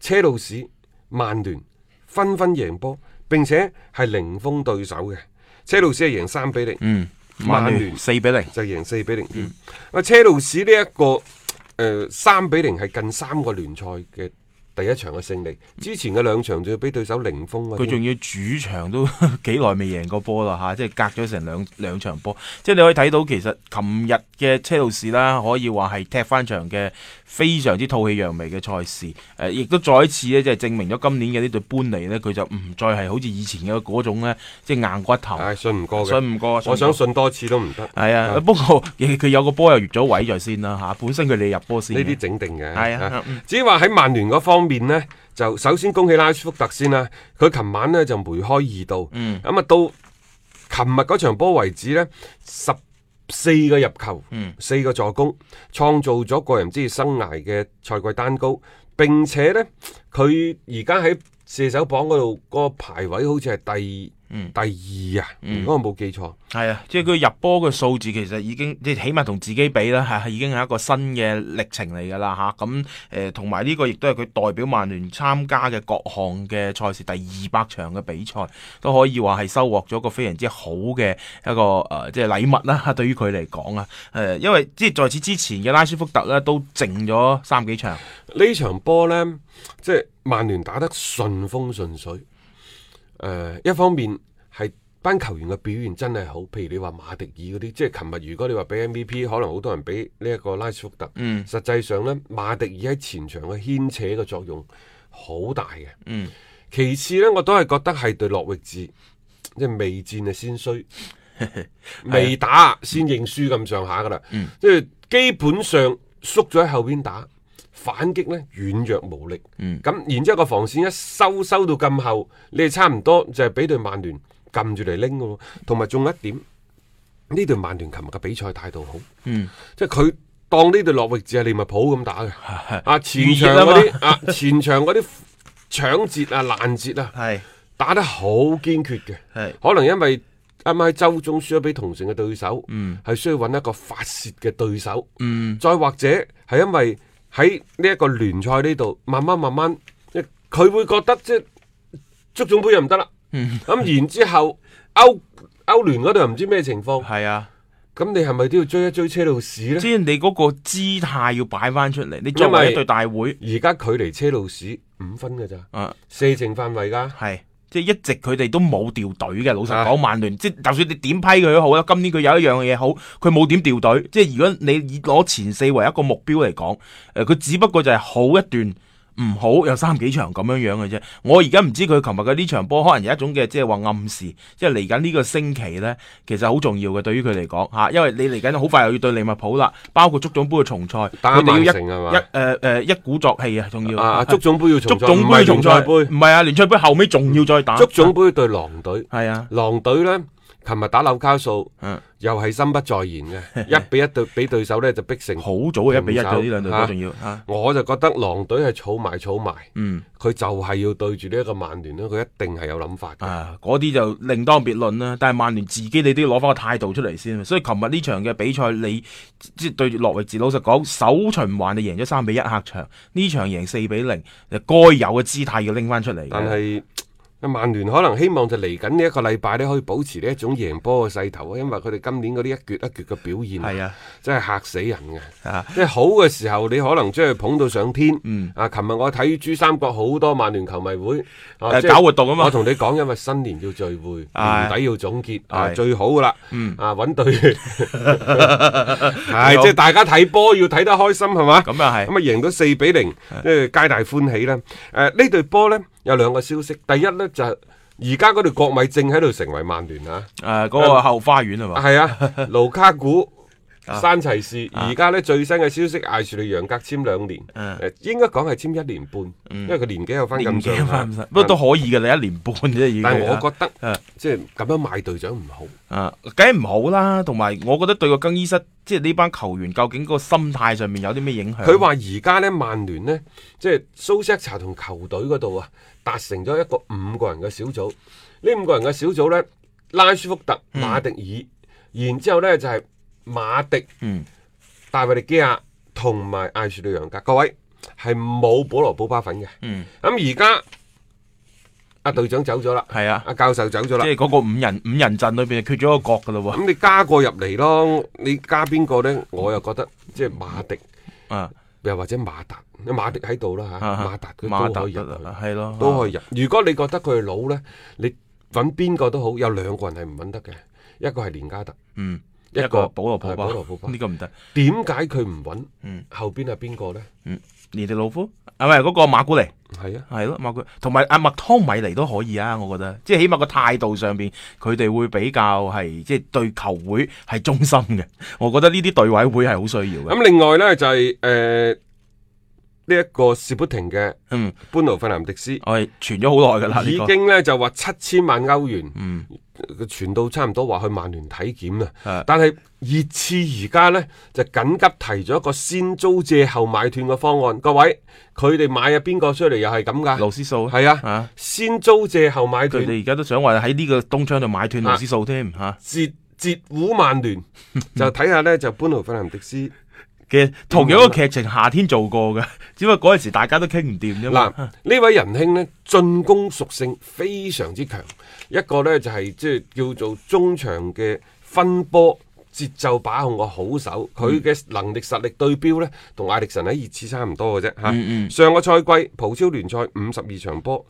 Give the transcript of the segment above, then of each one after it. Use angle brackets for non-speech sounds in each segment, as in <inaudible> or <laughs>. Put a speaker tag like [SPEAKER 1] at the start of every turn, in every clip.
[SPEAKER 1] 車路士、曼聯紛紛贏波，並且係零封對手嘅。車路士係贏三比零，
[SPEAKER 2] 嗯，
[SPEAKER 1] 曼
[SPEAKER 2] 曼
[SPEAKER 1] 聯
[SPEAKER 2] 聯四比零，
[SPEAKER 1] 就贏四比零。
[SPEAKER 2] 嗯
[SPEAKER 1] 啊，車路士呢、一個誒三、比零係近三個聯賽嘅第一場嘅勝利，之前嘅兩場仲要俾對手零封啊。
[SPEAKER 2] 佢仲要主場都 <laughs> 幾耐未贏過波啦吓，即係隔咗成兩兩場波，即係你可以睇到其實琴日嘅車路士啦，可以話係踢翻場嘅非常之吐氣揚眉嘅賽事，誒、亦都再一次咧即係證明咗今年嘅呢隊般尼呢，佢就唔再係好似以前嘅嗰種呢，即係硬骨頭，
[SPEAKER 1] 唉、信唔過嘅，
[SPEAKER 2] 信唔過，信
[SPEAKER 1] 我
[SPEAKER 2] 唔過
[SPEAKER 1] 想信多次都唔得。呢
[SPEAKER 2] 係啊，不過 <laughs> 亦佢有個波又越咗位在先啦吓，本身佢哋入波先嘅，
[SPEAKER 1] 啲整定嘅。
[SPEAKER 2] 係啊，嗯
[SPEAKER 1] 至於話喺曼聯嗰方面呢，就首先恭喜拉舒福特先啦。佢琴晚呢就梅開二度，
[SPEAKER 2] 嗯
[SPEAKER 1] 咁啊到琴日嗰場波為止呢，十四個入球，
[SPEAKER 2] 嗯
[SPEAKER 1] 四個助攻，創造咗個人職業生涯嘅賽季單高。並且呢，佢而家喺射手榜嗰度嗰個排位好似係第
[SPEAKER 2] 嗯
[SPEAKER 1] 第二啊，如果我冇記錯。
[SPEAKER 2] 係啊，即係佢入波嘅數字其實已經即係起碼同自己比啦，係係已經係一個新嘅歷程嚟㗎啦吓。咁、誒，同埋呢個亦都係佢代表曼聯參加嘅各項嘅賽事第二百場嘅比賽，都可以話係收穫咗個非常之好嘅一個誒、呃即係禮物啦。 <laughs> 對於佢嚟講啊，誒、因為即係在此之前嘅拉舒福特咧都靜咗三幾場，
[SPEAKER 1] 呢場波呢，即係曼聯打得順風順水。誒、一方面係班球員嘅表現真係好，譬如你話馬迪爾嗰啲，即係琴日如果你話俾 MVP，可能好多人俾呢一個拉斯福特。
[SPEAKER 2] 嗯
[SPEAKER 1] 實際上呢，馬迪爾喺前場嘅牽扯嘅作用好大嘅。
[SPEAKER 2] 嗯。
[SPEAKER 1] 其次呢，我都係覺得係對諾域治，即係未戰啊先
[SPEAKER 2] <laughs>
[SPEAKER 1] 衰，
[SPEAKER 2] 啊
[SPEAKER 1] 未打先認輸咁上下噶啦。
[SPEAKER 2] 嗯
[SPEAKER 1] 即係基本上縮咗喺後邊打，反擊呢軟弱無力。
[SPEAKER 2] 嗯
[SPEAKER 1] 咁然之後個防線一收收到咁後，你哋差唔多就係俾對曼聯撳住嚟拎嘅喎。同埋仲有一點，呢隊曼聯琴日嘅比賽態度好，
[SPEAKER 2] 嗯
[SPEAKER 1] 即係佢。當呢隊諾域治係利物浦咁打嘅，啊前場
[SPEAKER 2] 預熱啊嘛
[SPEAKER 1] 嗰啲啊前場嗰啲搶截啊攔截啊，
[SPEAKER 2] 係
[SPEAKER 1] 打得好堅決嘅，
[SPEAKER 2] 係
[SPEAKER 1] 可能因為啱啱喺周中輸咗俾同城嘅對手，係、
[SPEAKER 2] 嗯
[SPEAKER 1] 需要揾一個發泄嘅對手，
[SPEAKER 2] 嗯
[SPEAKER 1] 再或者係因為喺呢一個聯賽呢度慢慢慢慢，即係佢會覺得即係足總杯又唔得啦，
[SPEAKER 2] 嗯
[SPEAKER 1] 咁然之後歐歐聯嗰度又唔知咩情況，
[SPEAKER 2] 係啊。
[SPEAKER 1] 咁你係咪都要追一追車路士呢？
[SPEAKER 2] 即係你嗰個姿態要擺翻出嚟。你作為一隊大會，
[SPEAKER 1] 而家距離車路士五分㗎咋，
[SPEAKER 2] 啊
[SPEAKER 1] 四程範圍㗎。
[SPEAKER 2] 係即係一直佢哋都冇掉隊嘅。老實
[SPEAKER 1] 啊
[SPEAKER 2] 講，曼聯即係就算你點批佢都好啦。今年佢有一樣嘢好，佢冇點掉隊。即係如果你以攞前四為一個目標嚟講，誒、佢只不過就係好一段。唔好有三幾場咁樣樣嘅啫，我而家唔知佢琴日嘅呢場波，可能有一種嘅即係話暗示，即係嚟緊呢個星期呢，其實好重要嘅對於佢嚟講嚇，因為你嚟緊好快又要對利物浦啦，包括足總杯嘅重賽，
[SPEAKER 1] 打
[SPEAKER 2] 佢哋要
[SPEAKER 1] 曼
[SPEAKER 2] 一
[SPEAKER 1] 城係
[SPEAKER 2] 一
[SPEAKER 1] 嘛？
[SPEAKER 2] 誒誒一鼓作氣啊，仲要
[SPEAKER 1] 啊，足總杯要重賽，
[SPEAKER 2] 足總
[SPEAKER 1] 唔
[SPEAKER 2] 杯
[SPEAKER 1] 係
[SPEAKER 2] 重
[SPEAKER 1] 聯
[SPEAKER 2] 賽
[SPEAKER 1] 賽
[SPEAKER 2] 杯
[SPEAKER 1] 杯。
[SPEAKER 2] 唔係啊，聯賽杯後尾仲要再打
[SPEAKER 1] 足總杯對狼隊，
[SPEAKER 2] 係啊，
[SPEAKER 1] 狼隊呢，琴日打紐卡素，
[SPEAKER 2] 嗯，
[SPEAKER 1] 又係心不在焉
[SPEAKER 2] <laughs>
[SPEAKER 1] 嘅，一比一對俾對手呢就逼成。
[SPEAKER 2] 好早嘅一比一
[SPEAKER 1] 平手
[SPEAKER 2] 嘅呢兩隊
[SPEAKER 1] 啊
[SPEAKER 2] 波仲要啊，
[SPEAKER 1] 我就覺得狼隊係儲埋儲埋，
[SPEAKER 2] 嗯
[SPEAKER 1] 佢就係要對住呢一個曼聯呢，佢一定係有諗法嘅。
[SPEAKER 2] 啊，嗰啲就另當別論啦。但係曼聯自己你都要攞翻個態度出嚟先，所以琴日呢場嘅比賽，你即係對住諾維治，老實講，首循環就贏咗三比一客場，呢場贏四比零，就該有嘅姿態要拎翻出嚟嘅。
[SPEAKER 1] 但係曼聯可能希望就嚟緊呢一個禮拜呢，可以保持呢一種贏波嘅勢頭啊，因為佢哋今年嗰啲一撅一撅嘅表現
[SPEAKER 2] 係啊，
[SPEAKER 1] 真係嚇死人嘅。
[SPEAKER 2] 啊
[SPEAKER 1] 即係好嘅時候，你可能將佢捧到上天。
[SPEAKER 2] 嗯
[SPEAKER 1] 啊，琴日我睇珠三角好多曼聯球迷會啊
[SPEAKER 2] 誒
[SPEAKER 1] 即係
[SPEAKER 2] 搞活動啊嘛
[SPEAKER 1] 我同你講，因為新年要聚會，
[SPEAKER 2] <laughs> 係
[SPEAKER 1] 年底要總結啊，
[SPEAKER 2] 係
[SPEAKER 1] 最好噶啦。
[SPEAKER 2] 嗯
[SPEAKER 1] 啊，揾
[SPEAKER 2] <laughs>
[SPEAKER 1] 隊 <laughs> 係即係大家睇波要睇得開心係嘛？
[SPEAKER 2] 咁又係
[SPEAKER 1] 咁啊，贏到四比零，即係皆大歡喜啦。誒，呢隊波呢，有兩個消息，第一呢，就係而家嗰隊國米正喺度成為曼聯啊，
[SPEAKER 2] 誒嗰個後花園係嘛？
[SPEAKER 1] 係啊，盧卡古
[SPEAKER 2] 啊
[SPEAKER 1] 山齊士
[SPEAKER 2] 啊
[SPEAKER 1] 而家呢，最新嘅消息，艾樹利楊格簽兩年，
[SPEAKER 2] 嗯
[SPEAKER 1] 誒應該講係簽一年半，因為佢年紀有翻
[SPEAKER 2] 年
[SPEAKER 1] 咁
[SPEAKER 2] 紀
[SPEAKER 1] 上
[SPEAKER 2] 翻
[SPEAKER 1] 下
[SPEAKER 2] 唔。晒，不過都可以嘅，你一年半啫已經。
[SPEAKER 1] 但係我覺
[SPEAKER 2] 啊
[SPEAKER 1] 得即係咁樣賣隊長唔好。
[SPEAKER 2] 啊，梗係唔好啦，同埋我覺得對個更衣室，即係呢班球員究竟個心態上面有啲咩影響？
[SPEAKER 1] 佢話而家呢，曼聯呢，即係蘇斯克查同球隊嗰度啊，達成咗一個五個人嘅小組。呢五個人嘅小組呢，拉舒福特、
[SPEAKER 2] 嗯
[SPEAKER 1] 馬迪爾，然之後呢就係、馬迪、
[SPEAKER 2] 嗯
[SPEAKER 1] 大衛利基亞同埋艾樹利楊格，各位係冇保羅保巴粉嘅。
[SPEAKER 2] 嗯
[SPEAKER 1] 咁而家阿隊長走咗啦，
[SPEAKER 2] 係啊，
[SPEAKER 1] 阿教授走咗
[SPEAKER 2] 即
[SPEAKER 1] 啦。
[SPEAKER 2] 係嗰個五人五人陣裏邊缺咗個角噶咯
[SPEAKER 1] 咁你加個入嚟咯，你加邊個呢？我又覺得即係馬迪，
[SPEAKER 2] 喎，啊
[SPEAKER 1] 又或者馬達，馬迪喺度啦嚇，
[SPEAKER 2] 啊
[SPEAKER 1] 馬達佢
[SPEAKER 2] 馬
[SPEAKER 1] 都
[SPEAKER 2] 特
[SPEAKER 1] 可以入去
[SPEAKER 2] 得。啦，係咯，
[SPEAKER 1] 都可以入。如果你覺得佢係老呢，你揾邊個都好，有兩個人係唔揾得嘅，一個係連加特，
[SPEAKER 2] 嗯。
[SPEAKER 1] 一
[SPEAKER 2] 一
[SPEAKER 1] 個
[SPEAKER 2] 個保羅普
[SPEAKER 1] 係
[SPEAKER 2] 巴，
[SPEAKER 1] 保羅普巴
[SPEAKER 2] 呢個唔得。
[SPEAKER 1] 點解佢唔揾？
[SPEAKER 2] 嗯
[SPEAKER 1] 後邊係邊個呢？
[SPEAKER 2] 嗯，連迪老夫啊，唔係嗰個馬古尼，
[SPEAKER 1] 係啊，
[SPEAKER 2] 係咯馬古，同埋阿麥湯米尼都可以啊，我覺得，即係起碼個態度上邊，佢哋會比較係即係對球會係忠心嘅。我覺得呢啲隊委會係好需要嘅。
[SPEAKER 1] 咁另外呢，就係誒呢一個士砵亭嘅
[SPEAKER 2] 嗯，
[SPEAKER 1] 班奴費南迪斯，
[SPEAKER 2] 我係傳咗好耐㗎啦，呢
[SPEAKER 1] 已
[SPEAKER 2] 個
[SPEAKER 1] 經呢就話七千萬歐元，
[SPEAKER 2] 嗯
[SPEAKER 1] 佢傳到差唔多話去曼聯體檢啦。
[SPEAKER 2] 係
[SPEAKER 1] 啊但係熱刺而家呢，就緊急提咗一個先租借後買斷嘅方案，各位佢哋買啊邊個出嚟又係咁㗎？
[SPEAKER 2] 勞斯數
[SPEAKER 1] 係啊。
[SPEAKER 2] 啊，
[SPEAKER 1] 先租借後買
[SPEAKER 2] 佢
[SPEAKER 1] 斷，
[SPEAKER 2] 哋而家都想話喺呢個東窗度
[SPEAKER 1] 啊
[SPEAKER 2] 買斷勞斯數添啊嚇
[SPEAKER 1] 截截胡曼聯，就睇下呢，就班奴費南迪斯
[SPEAKER 2] 嘅同樣個劇情夏天做過嘅，只不過嗰陣時大家都傾唔掂啫
[SPEAKER 1] 嗱
[SPEAKER 2] 嘛。
[SPEAKER 1] 呢位仁兄呢，進攻屬性非常之強，一個呢，就係即係叫做中場嘅分波。節奏把控個好手，
[SPEAKER 2] 嗯
[SPEAKER 1] 佢嘅能力實力對標呢，同艾力神喺熱刺差唔多嘅啫嚇。
[SPEAKER 2] 嗯嗯
[SPEAKER 1] 上個賽季葡超聯賽五十二場波，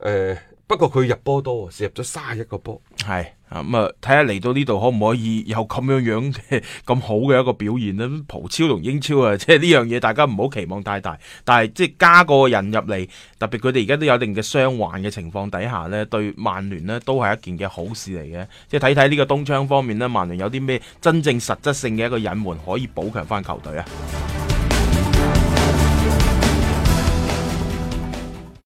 [SPEAKER 1] 誒、不過佢入波多，射入咗三十一個波。
[SPEAKER 2] 係啊咁啊，睇下嚟到呢度可唔可以有咁樣樣嘅 <laughs> 咁好嘅一個表現咧？葡超同英超啊，即係呢樣嘢大家唔好期望太大，但係即係加個人入嚟，特別佢哋而家都有一定嘅傷患嘅情況底下呢，對曼聯呢都係一件嘅好事嚟嘅。即係睇睇呢個東窗方面呢，曼聯有啲咩真正實質性嘅一個隱瞞可以補強翻球隊啊？